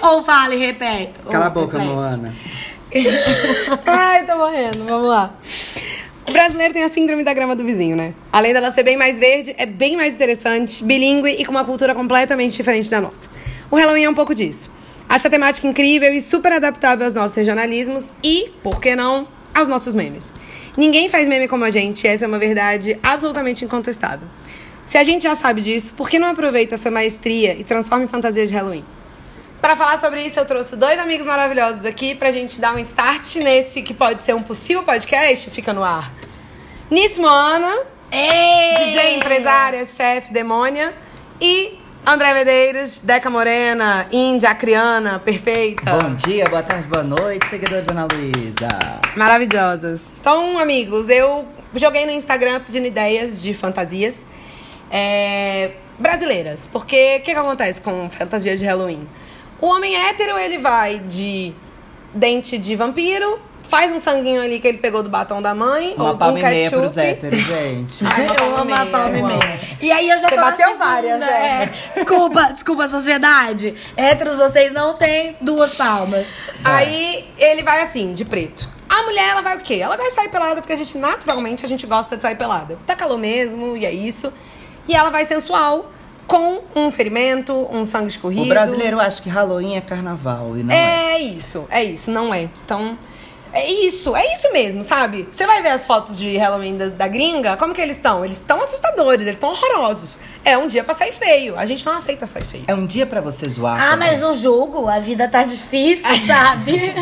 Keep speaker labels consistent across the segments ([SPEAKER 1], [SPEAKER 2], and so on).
[SPEAKER 1] ou vale, repete?
[SPEAKER 2] Cala
[SPEAKER 1] Ou
[SPEAKER 2] a boca,
[SPEAKER 1] reflete?
[SPEAKER 2] Moana.
[SPEAKER 3] Ai, tô morrendo, vamos lá. O brasileiro tem a síndrome da grama do vizinho, né? Além dela ser bem mais verde, é bem mais interessante, bilíngue e com uma cultura completamente diferente da nossa. O Halloween é um pouco disso. Acho a temática incrível e super adaptável aos nossos regionalismos e, por que não, aos nossos memes. Ninguém faz meme como a gente, e essa é uma verdade absolutamente incontestável. Se a gente já sabe disso, por que não aproveita essa maestria e transforma em fantasia de Halloween? Para falar sobre isso, eu trouxe dois amigos maravilhosos aqui pra gente dar um start nesse que pode ser um possível podcast, fica no ar. Nice Moana,
[SPEAKER 1] Ei!
[SPEAKER 3] DJ, empresária, chefe, demônia. E André Medeiros, Deca Morena, índia, acriana, perfeita.
[SPEAKER 2] Bom dia, boa tarde, boa noite, seguidores da Ana Luísa.
[SPEAKER 3] Maravilhosas. Então, amigos, eu joguei no Instagram pedindo ideias de fantasias é, brasileiras. Porque o que, que acontece com fantasias de Halloween? O homem hétero, ele vai de dente de vampiro, faz um sanguinho ali que ele pegou do batom da mãe,
[SPEAKER 2] Uma
[SPEAKER 3] ou
[SPEAKER 2] palma
[SPEAKER 3] um
[SPEAKER 2] e meia
[SPEAKER 3] ketchup.
[SPEAKER 2] pros héteros, gente.
[SPEAKER 3] Ai, uma
[SPEAKER 1] Eu amo a palma e
[SPEAKER 3] eu amo.
[SPEAKER 1] meia. E aí eu já
[SPEAKER 3] Você
[SPEAKER 1] tô na
[SPEAKER 3] bateu
[SPEAKER 1] segunda,
[SPEAKER 3] várias, né?
[SPEAKER 1] é. Desculpa, desculpa, sociedade. Héteros, vocês não têm duas palmas.
[SPEAKER 3] Aí ele vai assim, de preto. A mulher, ela vai o quê? Ela vai sair pelada, porque a gente, naturalmente, a gente gosta de sair pelada. Tá calor mesmo, e é isso. E ela vai sensual, com um ferimento, um sangue escorrido.
[SPEAKER 2] O brasileiro acha que Halloween é carnaval e não é.
[SPEAKER 3] É isso, é isso, não é. Então, é isso, é isso mesmo, sabe? Você vai ver as fotos de Halloween da, da gringa, como que eles estão? Eles estão assustadores, eles estão horrorosos. É um dia pra sair feio. A gente não aceita sair feio.
[SPEAKER 2] É um dia pra você zoar.
[SPEAKER 1] Ah,
[SPEAKER 2] também.
[SPEAKER 1] mas
[SPEAKER 3] um
[SPEAKER 1] não julgo. A vida tá difícil, sabe?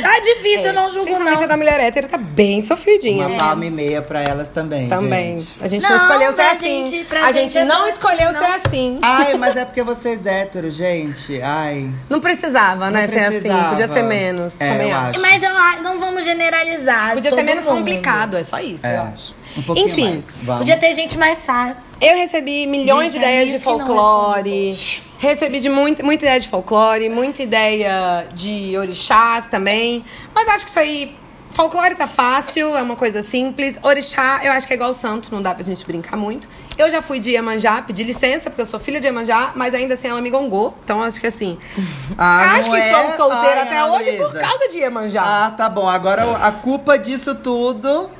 [SPEAKER 1] tá difícil, eu não julgo,
[SPEAKER 3] Principalmente a
[SPEAKER 1] não.
[SPEAKER 3] da mulher hétera tá bem sofridinha.
[SPEAKER 2] Uma palma e meia pra elas também,
[SPEAKER 3] né? Também.
[SPEAKER 2] gente.
[SPEAKER 3] A gente
[SPEAKER 1] Não,
[SPEAKER 3] não escolheu ser
[SPEAKER 1] pra
[SPEAKER 3] assim.
[SPEAKER 1] gente- pra
[SPEAKER 3] a
[SPEAKER 1] gente
[SPEAKER 3] gente,
[SPEAKER 1] é
[SPEAKER 3] não
[SPEAKER 1] bom
[SPEAKER 3] escolheu
[SPEAKER 1] assim,
[SPEAKER 3] ser
[SPEAKER 1] não.
[SPEAKER 3] assim.
[SPEAKER 2] Ai, mas é porque vocês héteros, gente. Ai.
[SPEAKER 3] Não precisava, né, ser assim.
[SPEAKER 2] precisava.
[SPEAKER 3] Podia ser menos.
[SPEAKER 2] É,
[SPEAKER 3] também
[SPEAKER 2] eu
[SPEAKER 3] acho.
[SPEAKER 2] acho.
[SPEAKER 1] Mas eu a- não vamos generalizar.
[SPEAKER 3] Podia ser
[SPEAKER 1] Tá todo
[SPEAKER 3] menos
[SPEAKER 1] mundo.
[SPEAKER 3] complicado, é só isso, eu acho.
[SPEAKER 2] Um pouquinho
[SPEAKER 3] Enfim,
[SPEAKER 2] mais. Vamos.
[SPEAKER 1] Podia ter gente mais fácil.
[SPEAKER 3] Eu recebi milhões
[SPEAKER 1] Gente,
[SPEAKER 3] de
[SPEAKER 1] é
[SPEAKER 3] ideias
[SPEAKER 1] isso
[SPEAKER 3] de
[SPEAKER 1] que não
[SPEAKER 3] folclore.
[SPEAKER 1] responde.
[SPEAKER 3] Recebi de muito, muita ideia de folclore, muita ideia de orixás também. Mas acho que isso aí. Folclore tá fácil, é uma coisa simples. Orixá, eu acho que é igual santo, não dá pra gente brincar muito. Eu já fui de Iemanjá, pedi licença, porque eu sou filha de Iemanjá, mas ainda assim ela me gongou. Então acho que assim.
[SPEAKER 2] Ah,
[SPEAKER 3] acho
[SPEAKER 2] não
[SPEAKER 3] que
[SPEAKER 2] é?
[SPEAKER 3] estou solteira
[SPEAKER 2] Ai,
[SPEAKER 3] até
[SPEAKER 2] Ana
[SPEAKER 3] hoje por
[SPEAKER 2] Luísa.
[SPEAKER 3] causa de Iemanjá.
[SPEAKER 2] Ah, tá bom. Agora a culpa disso tudo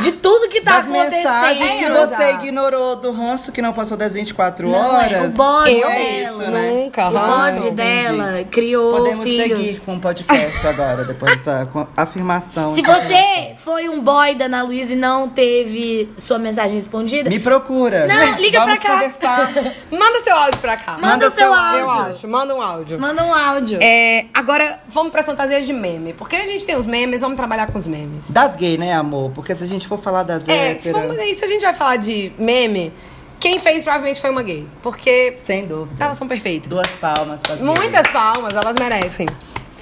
[SPEAKER 1] De tudo que tá
[SPEAKER 2] das mensagens que
[SPEAKER 1] acontecendo.
[SPEAKER 3] Iemanjá.
[SPEAKER 2] você ignorou do ranço que não passou das 24
[SPEAKER 1] Não, é,
[SPEAKER 2] horas.
[SPEAKER 1] o bode
[SPEAKER 3] eu
[SPEAKER 1] é
[SPEAKER 2] isso,
[SPEAKER 1] dela.
[SPEAKER 2] né?
[SPEAKER 3] nunca.
[SPEAKER 1] O
[SPEAKER 3] arranjo.
[SPEAKER 1] bode
[SPEAKER 2] entendi.
[SPEAKER 1] dela criou
[SPEAKER 2] Podemos
[SPEAKER 1] filhos.
[SPEAKER 2] seguir com o podcast agora, depois dessa co- afirmação. é
[SPEAKER 1] Se você foi um boy da Ana Luísa e não teve sua mensagem respondida,
[SPEAKER 2] Me procura.
[SPEAKER 1] Não, liga
[SPEAKER 2] Vamos
[SPEAKER 1] pra cá.
[SPEAKER 2] conversar.
[SPEAKER 3] Manda seu áudio pra cá.
[SPEAKER 1] Manda o seu áudio.
[SPEAKER 3] Eu acho, manda um áudio.
[SPEAKER 1] manda um áudio.
[SPEAKER 3] É, agora, vamos para as fantasias de meme. Porque a gente tem os memes, vamos trabalhar com os memes.
[SPEAKER 2] Das gays, né, amor? Porque se a gente for falar das
[SPEAKER 3] É, se,
[SPEAKER 2] héteras,
[SPEAKER 3] vamos, se a gente vai falar de meme, quem fez provavelmente foi uma gay. Porque
[SPEAKER 2] sem dúvida.
[SPEAKER 3] elas são perfeitas.
[SPEAKER 2] Duas palmas pras gays.
[SPEAKER 3] Muitas palmas, elas merecem.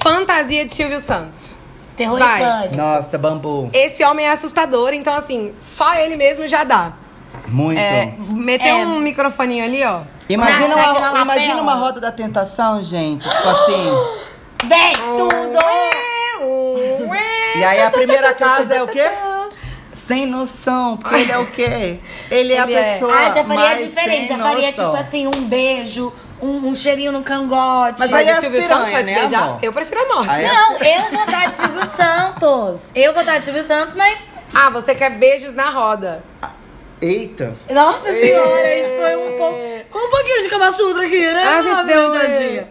[SPEAKER 3] Fantasia de Silvio Santos.
[SPEAKER 1] Terror
[SPEAKER 3] vai.
[SPEAKER 1] e pânico.
[SPEAKER 2] Nossa, bambu.
[SPEAKER 3] Esse homem é assustador, então assim, só ele mesmo já dá.
[SPEAKER 2] Muito.
[SPEAKER 3] É, meter
[SPEAKER 1] É.
[SPEAKER 3] um microfoninho ali, ó.
[SPEAKER 2] Imagina,
[SPEAKER 1] Na-
[SPEAKER 2] uma,
[SPEAKER 1] naquela
[SPEAKER 2] imagina
[SPEAKER 1] lapela.
[SPEAKER 2] uma roda da tentação, gente. Tipo assim.
[SPEAKER 1] Vem tudo!
[SPEAKER 3] Ué, ué.
[SPEAKER 2] E
[SPEAKER 1] Tá,
[SPEAKER 2] aí a primeira casa é o quê? Sem noção, porque ele é o quê? Ele é a
[SPEAKER 3] Ele é.
[SPEAKER 2] pessoa.
[SPEAKER 1] Ah, já faria
[SPEAKER 2] mais
[SPEAKER 1] diferente. Já
[SPEAKER 2] sem
[SPEAKER 1] faria,
[SPEAKER 2] noção.
[SPEAKER 1] tipo assim, um beijo, um, um cheirinho no cangote.
[SPEAKER 2] Mas aí
[SPEAKER 3] Mas
[SPEAKER 2] é
[SPEAKER 3] o Silvio
[SPEAKER 2] as
[SPEAKER 3] Santos
[SPEAKER 2] piranha,
[SPEAKER 3] vai te
[SPEAKER 2] né,
[SPEAKER 3] beijar?
[SPEAKER 2] amor?
[SPEAKER 3] Eu prefiro a morte.
[SPEAKER 2] Aí é-
[SPEAKER 1] Não, eu vou dar de Silvio Santos. Eu vou dar de Silvio Santos, mas.
[SPEAKER 3] Ah, você quer beijos na roda.
[SPEAKER 1] assim.
[SPEAKER 2] Eita.
[SPEAKER 1] Nossa senhora, isso foi um pouco. Um pouquinho de Kama Sutra aqui, né?
[SPEAKER 3] Ah, a gente
[SPEAKER 1] Não,
[SPEAKER 3] deu,
[SPEAKER 1] meu
[SPEAKER 3] é,
[SPEAKER 1] tadinho.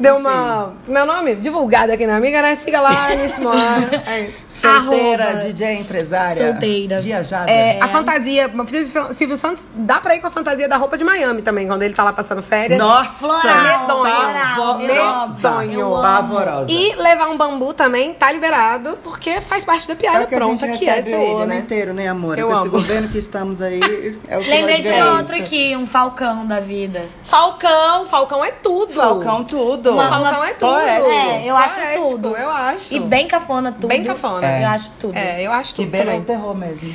[SPEAKER 3] deu uma. Meu nome? Divulgado aqui na amiga, né? Siga lá, Nice Moana. É isso.
[SPEAKER 2] Solteira,
[SPEAKER 1] Arroba.
[SPEAKER 2] DJ empresária.
[SPEAKER 1] Solteira.
[SPEAKER 2] Viajada.
[SPEAKER 3] É, A fantasia. mas Silvio Silvio Santos dá pra ir com a fantasia da roupa de Miami também, quando ele tá lá passando férias.
[SPEAKER 2] Nossa!
[SPEAKER 1] Floral, floral,
[SPEAKER 3] medonho.
[SPEAKER 1] eu amo.
[SPEAKER 2] Pavorosa.
[SPEAKER 3] E levar um bambu também tá liberado, porque faz parte da
[SPEAKER 2] é
[SPEAKER 3] piada
[SPEAKER 2] o que a gente
[SPEAKER 3] pronta que é
[SPEAKER 2] recebe
[SPEAKER 3] ser
[SPEAKER 2] o
[SPEAKER 3] ele,
[SPEAKER 2] ano
[SPEAKER 3] né?
[SPEAKER 2] inteiro, né, amor?
[SPEAKER 3] Eu
[SPEAKER 2] Com esse
[SPEAKER 3] amo.
[SPEAKER 2] governo que estamos aí, é o que
[SPEAKER 1] Lembrei
[SPEAKER 2] nós
[SPEAKER 1] de
[SPEAKER 2] ganhamos.
[SPEAKER 1] outro aqui, um falcão da vida.
[SPEAKER 3] Falcão, Falcão é tudo.
[SPEAKER 2] Falcão tudo.
[SPEAKER 1] Uma-
[SPEAKER 3] Falcão é tudo.
[SPEAKER 2] Poético.
[SPEAKER 1] É, eu acho
[SPEAKER 3] Poético,
[SPEAKER 1] tudo.
[SPEAKER 3] Eu acho.
[SPEAKER 1] E bem cafona tudo.
[SPEAKER 3] Bem cafona.
[SPEAKER 1] Eu
[SPEAKER 3] É.
[SPEAKER 1] acho tudo.
[SPEAKER 3] É, eu acho
[SPEAKER 2] Que
[SPEAKER 3] tudo
[SPEAKER 2] beira
[SPEAKER 3] também.
[SPEAKER 2] o terror mesmo.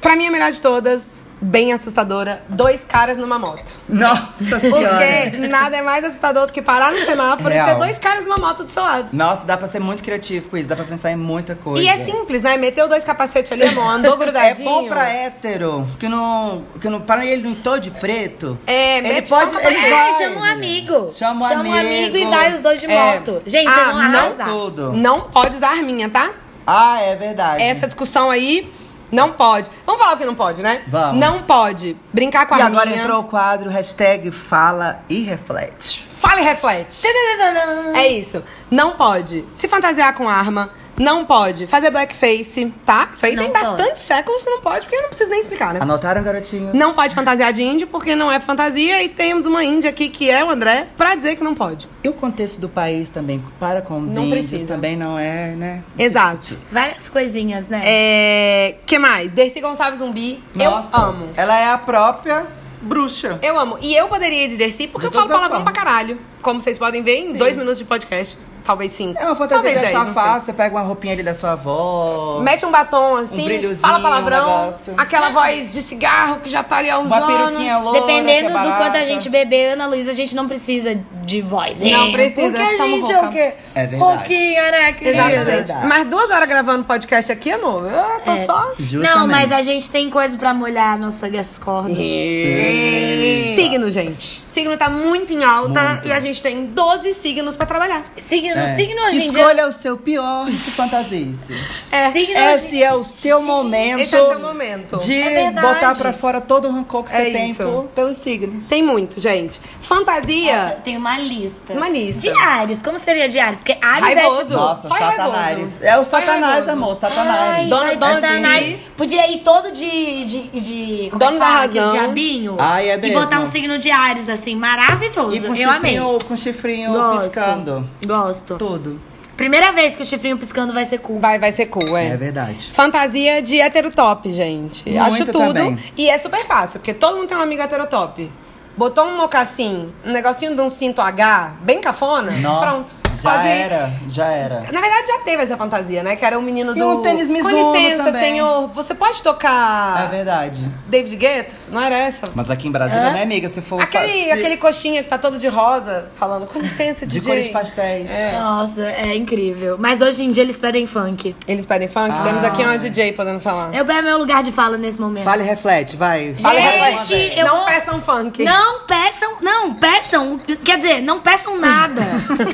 [SPEAKER 3] Pra mim, a melhor de todas bem assustadora. Dois caras numa moto.
[SPEAKER 2] Nossa senhora.
[SPEAKER 3] Porque nada é mais assustador do que parar no semáforo
[SPEAKER 2] né? Real.
[SPEAKER 3] e ter dois caras numa moto do seu lado.
[SPEAKER 2] Nossa, dá pra ser muito criativo com isso, dá pra pensar em muita coisa.
[SPEAKER 3] E é simples, né? Meteu dois capacetes ali, amor, andou
[SPEAKER 2] É
[SPEAKER 3] grudadinho.
[SPEAKER 2] bom pra hétero, que não. Que não para ele não tô de preto.
[SPEAKER 3] É,
[SPEAKER 2] ele
[SPEAKER 3] mete
[SPEAKER 2] pode.
[SPEAKER 3] só
[SPEAKER 2] Ele
[SPEAKER 1] É,
[SPEAKER 2] vai,
[SPEAKER 1] chama um
[SPEAKER 2] menina.
[SPEAKER 1] amigo.
[SPEAKER 2] Chama um amigo.
[SPEAKER 1] e vai os dois de
[SPEAKER 3] É.
[SPEAKER 1] moto. Gente,
[SPEAKER 3] Ah,
[SPEAKER 1] vocês vão
[SPEAKER 3] não
[SPEAKER 1] arrasar.
[SPEAKER 2] é Tudo.
[SPEAKER 3] Não pode usar arminha, tá?
[SPEAKER 2] Ah, é verdade.
[SPEAKER 3] Essa discussão aí não pode. Vamos falar o que não pode, né?
[SPEAKER 2] Vamos.
[SPEAKER 3] Não pode brincar com a
[SPEAKER 2] E
[SPEAKER 3] arminha.
[SPEAKER 2] agora entrou o quadro hashtag fala e reflete.
[SPEAKER 3] Fala e reflete.
[SPEAKER 1] Tadadadadã.
[SPEAKER 3] É isso. Não pode se fantasiar com arma. Não pode fazer blackface, tá? Isso aí
[SPEAKER 1] Não
[SPEAKER 3] tem
[SPEAKER 1] pode.
[SPEAKER 3] bastante séculos que não pode, porque eu não preciso nem explicar, né?
[SPEAKER 2] Anotaram, garotinho?
[SPEAKER 3] Não pode fantasiar de índio, porque não é fantasia. E temos uma índia aqui, que é o André, pra dizer que não pode.
[SPEAKER 2] E o contexto do país também, para com os
[SPEAKER 3] Não
[SPEAKER 2] índios
[SPEAKER 3] precisa.
[SPEAKER 2] também não é, né?
[SPEAKER 3] Exato.
[SPEAKER 1] Várias coisinhas, né?
[SPEAKER 3] É... que mais? Dercy Gonçalves Zumbi.
[SPEAKER 2] Nossa,
[SPEAKER 3] Eu amo.
[SPEAKER 2] Ela é a própria bruxa.
[SPEAKER 3] Eu amo. E eu poderia ir de Dercy,
[SPEAKER 2] De
[SPEAKER 3] porque eu falo
[SPEAKER 2] todas as
[SPEAKER 3] palavrão pra
[SPEAKER 2] formas.
[SPEAKER 3] caralho. Como vocês podem ver, em
[SPEAKER 2] Sim.
[SPEAKER 3] dois minutos de podcast. Talvez cinco.
[SPEAKER 2] É uma fantasia
[SPEAKER 3] Talvez
[SPEAKER 2] de
[SPEAKER 3] dez,
[SPEAKER 2] achar
[SPEAKER 3] não sei.
[SPEAKER 2] fácil, você pega uma roupinha ali da sua avó.
[SPEAKER 3] Mete um batom assim,
[SPEAKER 2] brilhozinho,
[SPEAKER 3] fala
[SPEAKER 2] um
[SPEAKER 3] palavrão,
[SPEAKER 2] negócio.
[SPEAKER 3] aquela voz de cigarro que já tá ali há uns
[SPEAKER 2] uma peruquinha
[SPEAKER 3] anos.
[SPEAKER 2] loura.
[SPEAKER 1] Dependendo
[SPEAKER 2] que é
[SPEAKER 1] do
[SPEAKER 2] barata.
[SPEAKER 1] quanto a gente beber, Ana Luísa, a gente não precisa de voz.
[SPEAKER 3] Não precisa,
[SPEAKER 1] Porque a
[SPEAKER 3] tamo
[SPEAKER 1] gente é
[SPEAKER 3] rouca.
[SPEAKER 1] o quê?
[SPEAKER 2] É verdade.
[SPEAKER 1] Rouquinha, né, querida?
[SPEAKER 3] Exatamente.
[SPEAKER 2] Verdade.
[SPEAKER 3] Mas duas horas gravando podcast aqui, amor, eu tô
[SPEAKER 1] É.
[SPEAKER 3] só...
[SPEAKER 2] Justamente.
[SPEAKER 1] Não, mas a gente tem coisa pra molhar nossas as cordas.
[SPEAKER 3] Signo, gente. Signo tá muito em alta
[SPEAKER 2] Muito.
[SPEAKER 3] e a gente tem 12 signos pra trabalhar.
[SPEAKER 1] Signo,
[SPEAKER 2] É.
[SPEAKER 1] signo hoje em dia.
[SPEAKER 2] Escolha o seu pior e se fantasize.
[SPEAKER 3] É.
[SPEAKER 1] Signo hoje
[SPEAKER 2] Esse é o seu momento.
[SPEAKER 3] Esse é o seu momento.
[SPEAKER 2] De
[SPEAKER 1] É verdade.
[SPEAKER 2] botar pra fora todo o rancor que
[SPEAKER 3] É
[SPEAKER 2] você tem
[SPEAKER 3] isso.
[SPEAKER 2] por- pelos signos.
[SPEAKER 3] Tem muito, gente. Fantasia.
[SPEAKER 1] Tem uma lista.
[SPEAKER 3] Uma lista.
[SPEAKER 1] De Ares. Como seria de Ares? Porque Ares é
[SPEAKER 3] Raivoso.
[SPEAKER 1] tipo...
[SPEAKER 2] Nossa,
[SPEAKER 3] Sai
[SPEAKER 2] Satanás.
[SPEAKER 3] raivoso.
[SPEAKER 2] É o
[SPEAKER 3] Sai
[SPEAKER 2] Satanás,
[SPEAKER 3] raivoso.
[SPEAKER 2] amor. Satanás.
[SPEAKER 3] Dona-
[SPEAKER 1] sai
[SPEAKER 3] dona
[SPEAKER 1] Satanás.
[SPEAKER 3] de-
[SPEAKER 1] Podia ir todo de. de, de como
[SPEAKER 3] Dono
[SPEAKER 1] é que
[SPEAKER 3] da
[SPEAKER 1] fala? De
[SPEAKER 3] razão.
[SPEAKER 1] diabinho.
[SPEAKER 2] Ai, é
[SPEAKER 1] E botar
[SPEAKER 2] mesmo.
[SPEAKER 1] um signo de Ares, assim, maravilhoso.
[SPEAKER 2] E com
[SPEAKER 1] Eu amei.
[SPEAKER 2] chifrinho, com chifrinho
[SPEAKER 1] Gosto.
[SPEAKER 2] piscando.
[SPEAKER 1] Gosto.
[SPEAKER 2] Tudo.
[SPEAKER 1] Primeira vez que o chifrinho piscando vai ser cool.
[SPEAKER 3] Vai, vai ser cool, é.
[SPEAKER 2] verdade.
[SPEAKER 3] Fantasia de heterotop, gente.
[SPEAKER 2] Muito
[SPEAKER 3] Acho tudo.
[SPEAKER 2] também.
[SPEAKER 3] E é super fácil, porque todo mundo tem um amigo heterotop. Botou um mocassim, um negocinho de um cinto H, bem cafona,
[SPEAKER 2] Não,
[SPEAKER 3] pronto.
[SPEAKER 2] Já
[SPEAKER 3] Pode ir.
[SPEAKER 2] era, já era.
[SPEAKER 3] Na verdade, já teve essa fantasia, né? Que era um menino
[SPEAKER 2] E
[SPEAKER 3] do...
[SPEAKER 2] um tênis Mizuno
[SPEAKER 3] Com licença,
[SPEAKER 2] também.
[SPEAKER 3] senhor, você pode
[SPEAKER 2] É
[SPEAKER 3] tocar
[SPEAKER 2] verdade.
[SPEAKER 3] David Guetta? Não era essa?
[SPEAKER 2] Mas aqui em Brasília, né, amiga? Se for
[SPEAKER 3] Aquele,
[SPEAKER 2] se-
[SPEAKER 3] aquele coxinha que tá todo de rosa, falando, com licença,
[SPEAKER 2] de
[SPEAKER 3] DJ.
[SPEAKER 2] cores pastéis.
[SPEAKER 1] Nossa, é incrível. Mas hoje em dia eles pedem funk.
[SPEAKER 3] Eles pedem funk?
[SPEAKER 2] Ah.
[SPEAKER 3] Temos aqui uma DJ podendo falar.
[SPEAKER 1] Eu é meu lugar de fala nesse momento.
[SPEAKER 2] Fala e reflete, vai.
[SPEAKER 3] Fala e
[SPEAKER 1] Gente,
[SPEAKER 2] reflete.
[SPEAKER 1] eu
[SPEAKER 3] não
[SPEAKER 1] vou-
[SPEAKER 3] peçam funk.
[SPEAKER 1] Não peçam, não, peçam, quer dizer, não peçam nada.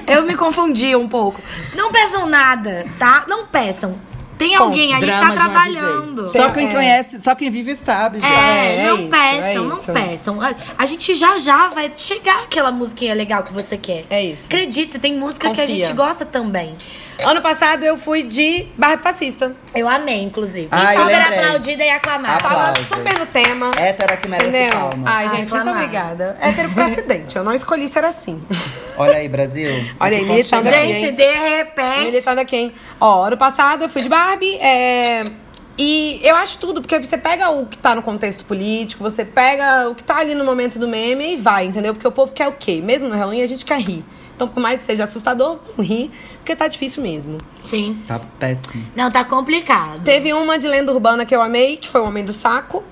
[SPEAKER 1] Eu me confundi um pouco. Não peçam nada, tá? Não peçam. Tem
[SPEAKER 3] Ponto.
[SPEAKER 1] alguém ali que tá trabalhando.
[SPEAKER 2] Só quem
[SPEAKER 3] É.
[SPEAKER 2] conhece, só quem vive sabe, já.
[SPEAKER 1] É,
[SPEAKER 3] É, é
[SPEAKER 1] não
[SPEAKER 3] isso,
[SPEAKER 1] peçam,
[SPEAKER 3] é
[SPEAKER 1] não
[SPEAKER 3] isso.
[SPEAKER 1] peçam. A, a gente já já vai chegar aquela musiquinha legal que você quer.
[SPEAKER 3] É isso.
[SPEAKER 1] Acredita, tem música que a
[SPEAKER 3] Confia.
[SPEAKER 1] gente gosta também.
[SPEAKER 3] Ano passado eu fui de barra fascista.
[SPEAKER 1] Eu amei, inclusive.
[SPEAKER 2] Ah, eu
[SPEAKER 1] e super
[SPEAKER 2] lembrei.
[SPEAKER 1] apludida e aclamada.
[SPEAKER 2] Apla-
[SPEAKER 3] Tava
[SPEAKER 2] Aplausos.
[SPEAKER 3] super no tema.
[SPEAKER 2] É Hétero que merece
[SPEAKER 3] Entendeu?
[SPEAKER 2] palmas.
[SPEAKER 3] Ai,
[SPEAKER 1] Ah,
[SPEAKER 3] gente, muito
[SPEAKER 1] aclamar.
[SPEAKER 3] obrigada. Hétero por acidente, eu não escolhi ser assim.
[SPEAKER 2] Olha aí, Brasil.
[SPEAKER 3] Olha aí,
[SPEAKER 2] Que bom
[SPEAKER 3] militando
[SPEAKER 2] chegar.
[SPEAKER 3] aqui,
[SPEAKER 1] Gente, de repente.
[SPEAKER 3] Militada quem? Ó, ano passado eu fui de Barbie, é... E eu acho tudo, porque você pega o que tá no contexto político, você pega o que tá ali no momento do meme e vai, entendeu? Porque o povo quer o quê? Mesmo no Halloween, a gente quer rir. Então, por mais que seja assustador, vamos rir, porque tá difícil mesmo.
[SPEAKER 1] Sim.
[SPEAKER 2] Tá péssimo.
[SPEAKER 1] Não, tá complicado.
[SPEAKER 3] Teve uma de lenda urbana que eu amei, que foi o Homem do Saco.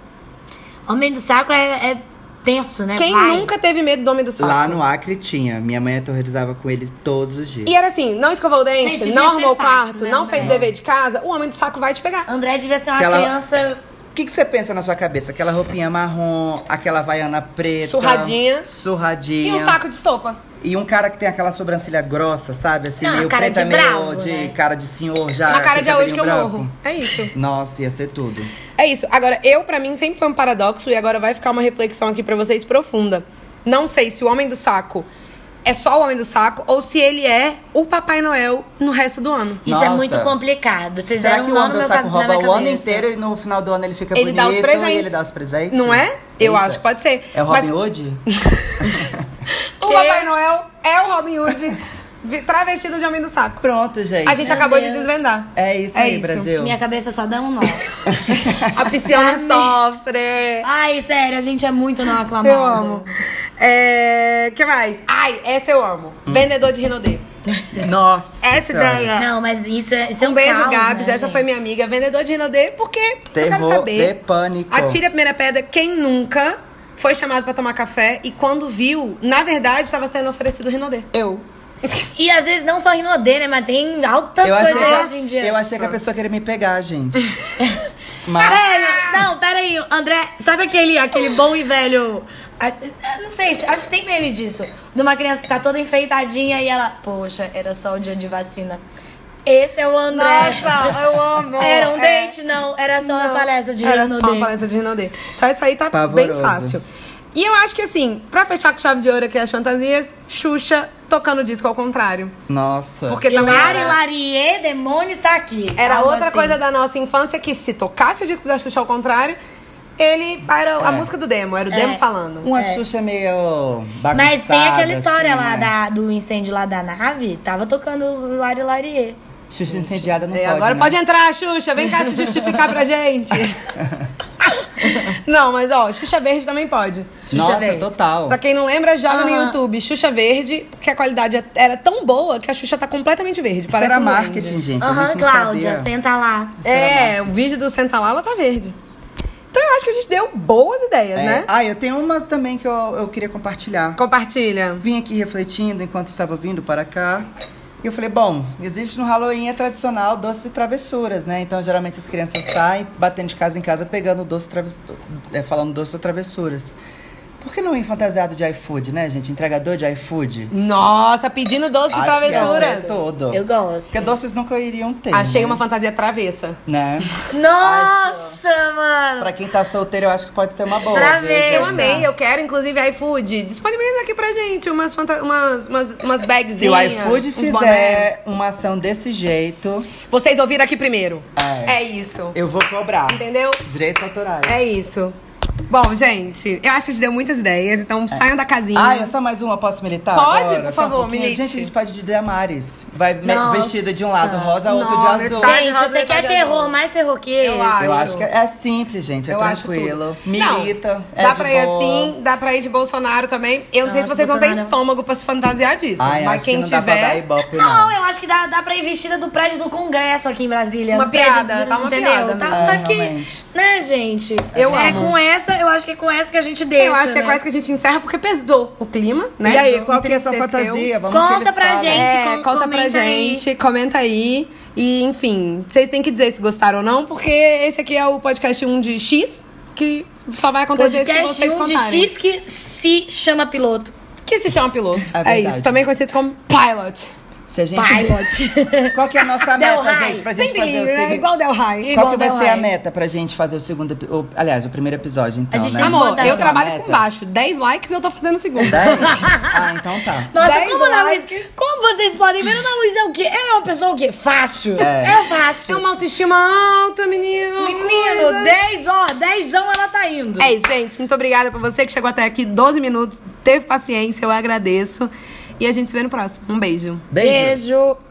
[SPEAKER 1] Homem do saco é, é tenso, né?
[SPEAKER 3] Quem
[SPEAKER 1] Vai.
[SPEAKER 3] nunca teve medo do Homem do Saco?
[SPEAKER 2] Lá no Acre tinha. Minha mãe aterrorizava com ele todos os dias.
[SPEAKER 3] E era assim, não escovou o dente,
[SPEAKER 1] Gente, devia
[SPEAKER 3] não
[SPEAKER 1] ser
[SPEAKER 3] arrumou o
[SPEAKER 1] fácil,
[SPEAKER 3] quarto,
[SPEAKER 1] né,
[SPEAKER 3] não
[SPEAKER 1] mulher?
[SPEAKER 3] fez dever de casa, o Homem do Saco vai te pegar.
[SPEAKER 1] André devia ser uma
[SPEAKER 2] Que ela-
[SPEAKER 1] criança.
[SPEAKER 2] O que, que você pensa na sua cabeça? Aquela roupinha marrom, aquela vaiana preta.
[SPEAKER 3] Surradinha.
[SPEAKER 2] Surradinha.
[SPEAKER 3] E um saco de estopa.
[SPEAKER 2] E um cara que tem aquela sobrancelha grossa, sabe? Assim,
[SPEAKER 1] Não,
[SPEAKER 3] Ah,
[SPEAKER 2] meio
[SPEAKER 1] cara
[SPEAKER 2] preta,
[SPEAKER 1] de
[SPEAKER 2] meio
[SPEAKER 1] bravo,
[SPEAKER 2] de
[SPEAKER 1] né?
[SPEAKER 2] cara de senhor já.
[SPEAKER 3] Na cara
[SPEAKER 2] aquele
[SPEAKER 3] de hoje que eu
[SPEAKER 2] cabelinho branco.
[SPEAKER 3] morro. É isso.
[SPEAKER 2] Nossa, ia ser tudo.
[SPEAKER 3] É isso. Agora, eu, pra mim, sempre foi um paradoxo e agora vai ficar uma reflexão aqui pra vocês profunda. Não sei se o Homem do Saco é só o Homem do Saco ou se ele é o Papai Noel no resto do ano.
[SPEAKER 1] Isso é
[SPEAKER 2] Nossa.
[SPEAKER 1] muito complicado. Vocês
[SPEAKER 2] Será
[SPEAKER 1] deram
[SPEAKER 2] que
[SPEAKER 1] um
[SPEAKER 2] o
[SPEAKER 1] nó
[SPEAKER 2] homem
[SPEAKER 1] no
[SPEAKER 2] do
[SPEAKER 1] meu
[SPEAKER 2] saco
[SPEAKER 1] ca- na
[SPEAKER 2] rouba
[SPEAKER 1] minha
[SPEAKER 2] o ano
[SPEAKER 1] cabeça.
[SPEAKER 2] inteiro e no final do ano ele fica
[SPEAKER 3] Ele
[SPEAKER 2] bonito
[SPEAKER 3] dá os
[SPEAKER 2] e
[SPEAKER 3] presentes.
[SPEAKER 2] ele dá os presentes?
[SPEAKER 3] Não é? Eu
[SPEAKER 2] Eita.
[SPEAKER 3] acho que pode ser.
[SPEAKER 2] É o
[SPEAKER 3] Mas
[SPEAKER 2] Robin Hood?
[SPEAKER 3] o Papai Noel é o Robin Hood vi- travestido de Homem do Saco.
[SPEAKER 2] Pronto, gente.
[SPEAKER 3] A gente
[SPEAKER 1] Meu
[SPEAKER 3] acabou de
[SPEAKER 1] Deus.
[SPEAKER 3] desvendar.
[SPEAKER 2] É isso
[SPEAKER 3] É
[SPEAKER 2] aí,
[SPEAKER 3] isso.
[SPEAKER 2] Brasil.
[SPEAKER 1] Minha cabeça só dá um nó.
[SPEAKER 3] A pisciana sofre.
[SPEAKER 1] Ai, sério, a gente é muito não aclamado.
[SPEAKER 3] Eu amo. É, que mais? Ah, Ai, essa eu amo. Vendedor de Rinodê.
[SPEAKER 2] Nossa.
[SPEAKER 3] Essa
[SPEAKER 2] Hum. Senhora.
[SPEAKER 3] ideia.
[SPEAKER 1] Não, mas isso é, isso é
[SPEAKER 3] Um beijo,
[SPEAKER 1] caos,
[SPEAKER 3] Gabs.
[SPEAKER 1] né,
[SPEAKER 3] essa
[SPEAKER 1] gente?
[SPEAKER 3] foi minha amiga. Vendedor de Rinodê, porque eu quero
[SPEAKER 2] Terror
[SPEAKER 3] saber.
[SPEAKER 2] de pânico.
[SPEAKER 3] Atire a primeira pedra, quem nunca foi chamado pra tomar café e quando viu, na verdade, estava sendo oferecido Rinodê.
[SPEAKER 2] Eu.
[SPEAKER 1] E às vezes não só Rinodê, né? Mas tem altas
[SPEAKER 2] Eu achei,
[SPEAKER 1] coisas aí
[SPEAKER 2] que,
[SPEAKER 1] hoje em dia.
[SPEAKER 2] eu achei que a pessoa queria me pegar, gente. Mas.
[SPEAKER 1] Velho, não, peraí, André, sabe aquele, aquele bom e velho. ah, ah, Não sei, acho que tem meme disso. De uma criança que tá toda enfeitadinha e ela. Poxa, era só o dia de vacina. Esse é o André.
[SPEAKER 3] Nossa, eu amo.
[SPEAKER 1] Era um
[SPEAKER 3] É.
[SPEAKER 1] date? Não, era só uma palestra de
[SPEAKER 3] Era
[SPEAKER 1] Rinodê.
[SPEAKER 3] só uma palestra de Rinodê. Então isso aí tá bem
[SPEAKER 2] Pavoroso.
[SPEAKER 3] fácil. E eu acho que assim, pra fechar com chave de ouro aqui as fantasias, Xuxa tocando disco ao contrário.
[SPEAKER 2] Nossa.
[SPEAKER 3] Porque também
[SPEAKER 1] Lari,
[SPEAKER 3] era,
[SPEAKER 1] Larie, demônio está aqui.
[SPEAKER 3] era
[SPEAKER 1] Algo
[SPEAKER 3] outra
[SPEAKER 1] assim.
[SPEAKER 3] coisa da nossa infância que se tocasse o disco da Xuxa ao contrário, ele era a
[SPEAKER 2] É.
[SPEAKER 3] música do demo, era o demo falando.
[SPEAKER 2] Uma
[SPEAKER 1] É.
[SPEAKER 2] Xuxa meio bagunçada.
[SPEAKER 1] Mas tem aquela história
[SPEAKER 2] assim,
[SPEAKER 1] lá
[SPEAKER 2] né?
[SPEAKER 1] da, do incêndio lá da nave, tava tocando Lari Larie.
[SPEAKER 2] Xuxa incendiada não
[SPEAKER 3] É,
[SPEAKER 2] pode,
[SPEAKER 3] agora
[SPEAKER 2] né?
[SPEAKER 3] pode entrar, Xuxa, vem cá se justificar pra gente. não, mas ó, Xuxa Verde também pode.
[SPEAKER 1] Xuxa
[SPEAKER 2] Nossa,
[SPEAKER 1] Verde.
[SPEAKER 2] total.
[SPEAKER 3] Pra quem não lembra, joga no
[SPEAKER 1] Aham.
[SPEAKER 3] YouTube Xuxa Verde, porque a qualidade é- era tão boa que a Xuxa tá completamente verde.
[SPEAKER 2] Isso
[SPEAKER 3] Parece
[SPEAKER 2] era
[SPEAKER 3] um
[SPEAKER 2] marketing,
[SPEAKER 3] duende.
[SPEAKER 2] gente. a
[SPEAKER 1] Aham,
[SPEAKER 2] gente não
[SPEAKER 1] Cláudia,
[SPEAKER 2] sabia.
[SPEAKER 1] senta lá.
[SPEAKER 3] É, o vídeo do Senta Lá, ela tá verde. Então eu acho que a gente deu boas ideias,
[SPEAKER 2] É.
[SPEAKER 3] né?
[SPEAKER 2] Ah, eu tenho umas também que eu, eu queria compartilhar.
[SPEAKER 3] Compartilha.
[SPEAKER 2] Vim aqui refletindo enquanto estava vindo para cá. E eu falei, bom, existe no Halloween é tradicional doces e travessuras, né? Então, geralmente as crianças saem batendo de casa em casa pegando doce traves... é, falando doce ou travessuras. Por que não ir fantasiado de iFood, né, gente? Entregador de iFood.
[SPEAKER 3] Nossa, pedindo doce de
[SPEAKER 2] Acho que é
[SPEAKER 3] travessuras.
[SPEAKER 2] Todo.
[SPEAKER 1] Eu gosto.
[SPEAKER 2] Porque doces nunca iriam ter.
[SPEAKER 3] Achei
[SPEAKER 2] né?
[SPEAKER 3] uma fantasia travessa.
[SPEAKER 2] Né?
[SPEAKER 1] Nossa, mano!
[SPEAKER 2] Pra quem tá solteiro, eu acho que pode ser uma boa.
[SPEAKER 1] Pra
[SPEAKER 2] viu,
[SPEAKER 1] ver.
[SPEAKER 2] gente?
[SPEAKER 3] Eu amei, eu quero, inclusive, iFood. Disponibiliza aqui pra gente umas, fanta- umas, umas, umas bagzinhas.
[SPEAKER 2] Se o iFood
[SPEAKER 3] uns boné.
[SPEAKER 2] fizer uma ação desse jeito,
[SPEAKER 3] Vocês ouviram aqui primeiro.
[SPEAKER 2] É.
[SPEAKER 3] É isso.
[SPEAKER 2] eu vou cobrar.
[SPEAKER 3] Entendeu?
[SPEAKER 2] Direitos autorais.
[SPEAKER 3] É isso. Bom, gente, eu acho que a gente deu muitas ideias, então saiam da casinha.
[SPEAKER 2] Ah, é só mais uma, posso militar?
[SPEAKER 3] Pode,
[SPEAKER 2] agora?
[SPEAKER 3] por
[SPEAKER 2] Só um
[SPEAKER 3] favor,
[SPEAKER 2] pouquinho?
[SPEAKER 3] milite.
[SPEAKER 2] Gente, a gente pode de Damares. Vai me-
[SPEAKER 1] Nossa.
[SPEAKER 2] vestida de um lado rosa, outro de
[SPEAKER 3] Não,
[SPEAKER 2] azul.
[SPEAKER 3] verdade.
[SPEAKER 1] Gente,
[SPEAKER 3] Rosa
[SPEAKER 1] você
[SPEAKER 3] e
[SPEAKER 1] quer
[SPEAKER 3] Vagabundo.
[SPEAKER 1] terror mais terror que
[SPEAKER 3] Eu
[SPEAKER 1] esse?
[SPEAKER 3] acho.
[SPEAKER 2] Eu acho que é simples, gente. É
[SPEAKER 3] Eu acho
[SPEAKER 2] tranquilo.
[SPEAKER 3] tudo.
[SPEAKER 2] Milita.
[SPEAKER 3] Não,
[SPEAKER 2] é
[SPEAKER 3] dá
[SPEAKER 2] de
[SPEAKER 3] pra ir
[SPEAKER 2] boa. é
[SPEAKER 3] assim, dá pra ir de Bolsonaro também. Eu não sei se
[SPEAKER 1] Nossa,
[SPEAKER 3] vocês vão ter
[SPEAKER 1] Bolsonaro.
[SPEAKER 3] estômago pra se fantasiar disso.
[SPEAKER 2] Ai,
[SPEAKER 3] mas
[SPEAKER 2] acho
[SPEAKER 3] quem
[SPEAKER 2] que não dá pra dar
[SPEAKER 3] tiver.
[SPEAKER 2] ibope,
[SPEAKER 1] Não,
[SPEAKER 2] não. É,
[SPEAKER 1] eu acho que dá, dá pra ir vestida do prédio do Congresso aqui em Brasília.
[SPEAKER 3] Uma
[SPEAKER 1] No prédio
[SPEAKER 3] piada,
[SPEAKER 1] do-
[SPEAKER 3] tá uma
[SPEAKER 1] entendeu?
[SPEAKER 3] piada
[SPEAKER 1] Tá,
[SPEAKER 3] mesmo.
[SPEAKER 1] tá
[SPEAKER 2] É,
[SPEAKER 1] aqui,
[SPEAKER 2] realmente.
[SPEAKER 1] né, gente?
[SPEAKER 3] Eu
[SPEAKER 1] é
[SPEAKER 3] amo.
[SPEAKER 1] com essa, eu acho que é com essa que a gente deixa,
[SPEAKER 3] eu acho que é
[SPEAKER 1] né?
[SPEAKER 3] quase que a gente encerra porque pesou o clima, né?
[SPEAKER 2] E aí, qual que é a sua
[SPEAKER 3] Entristeceu.
[SPEAKER 2] fantasia? Vamos
[SPEAKER 1] Conta
[SPEAKER 2] que eles
[SPEAKER 1] pra
[SPEAKER 2] falam.
[SPEAKER 1] gente.
[SPEAKER 3] É,
[SPEAKER 1] com-
[SPEAKER 3] conta pra
[SPEAKER 1] comenta aí.
[SPEAKER 3] gente, comenta aí. E, enfim, vocês têm que dizer se gostaram ou não, porque esse aqui é o podcast 1 de X, que só vai acontecer se
[SPEAKER 1] Podcast
[SPEAKER 3] vocês
[SPEAKER 1] 1 de
[SPEAKER 3] contarem.
[SPEAKER 1] X que se chama piloto.
[SPEAKER 3] Que se chama piloto.
[SPEAKER 2] É
[SPEAKER 3] É,
[SPEAKER 2] verdade.
[SPEAKER 3] isso, também conhecido como pilot.
[SPEAKER 2] Se a gente...
[SPEAKER 1] Pilot.
[SPEAKER 2] Qual que é a nossa
[SPEAKER 1] Del
[SPEAKER 2] meta,
[SPEAKER 1] Rey.
[SPEAKER 2] gente? Pra
[SPEAKER 3] Bem
[SPEAKER 2] gente fazer o
[SPEAKER 3] bilíngue, né?
[SPEAKER 2] seguinte.
[SPEAKER 3] Igual Del Rey.
[SPEAKER 2] Qual
[SPEAKER 1] Igual
[SPEAKER 2] que vai
[SPEAKER 1] Del
[SPEAKER 2] ser a
[SPEAKER 1] Rey.
[SPEAKER 2] meta pra gente fazer o segundo... epi- o- aliás, o primeiro episódio, então,
[SPEAKER 1] A gente
[SPEAKER 2] né?
[SPEAKER 1] tem que
[SPEAKER 3] Amor,
[SPEAKER 1] mandar
[SPEAKER 3] eu
[SPEAKER 1] uma
[SPEAKER 3] trabalho
[SPEAKER 2] meta.
[SPEAKER 3] com baixo. 10 likes eu tô fazendo o segundo.
[SPEAKER 2] Dez? Ah, então tá.
[SPEAKER 1] Nossa,
[SPEAKER 3] Dez
[SPEAKER 1] como a Ana Luiz.
[SPEAKER 3] likes.
[SPEAKER 1] Como vocês podem ver, a Ana Luiz é o quê? Ela é uma pessoa o quê? Fácil.
[SPEAKER 2] É.
[SPEAKER 1] É
[SPEAKER 3] É
[SPEAKER 1] fácil.
[SPEAKER 3] uma autoestima alta, menino.
[SPEAKER 1] Menino, 10, ó, 10 ela tá indo.
[SPEAKER 3] É isso, gente. Muito obrigada pra você que chegou até aqui 12 minutos. Teve paciência, eu agradeço. E a gente se vê no próximo. Um beijo.
[SPEAKER 2] Beijo.
[SPEAKER 1] Beijo.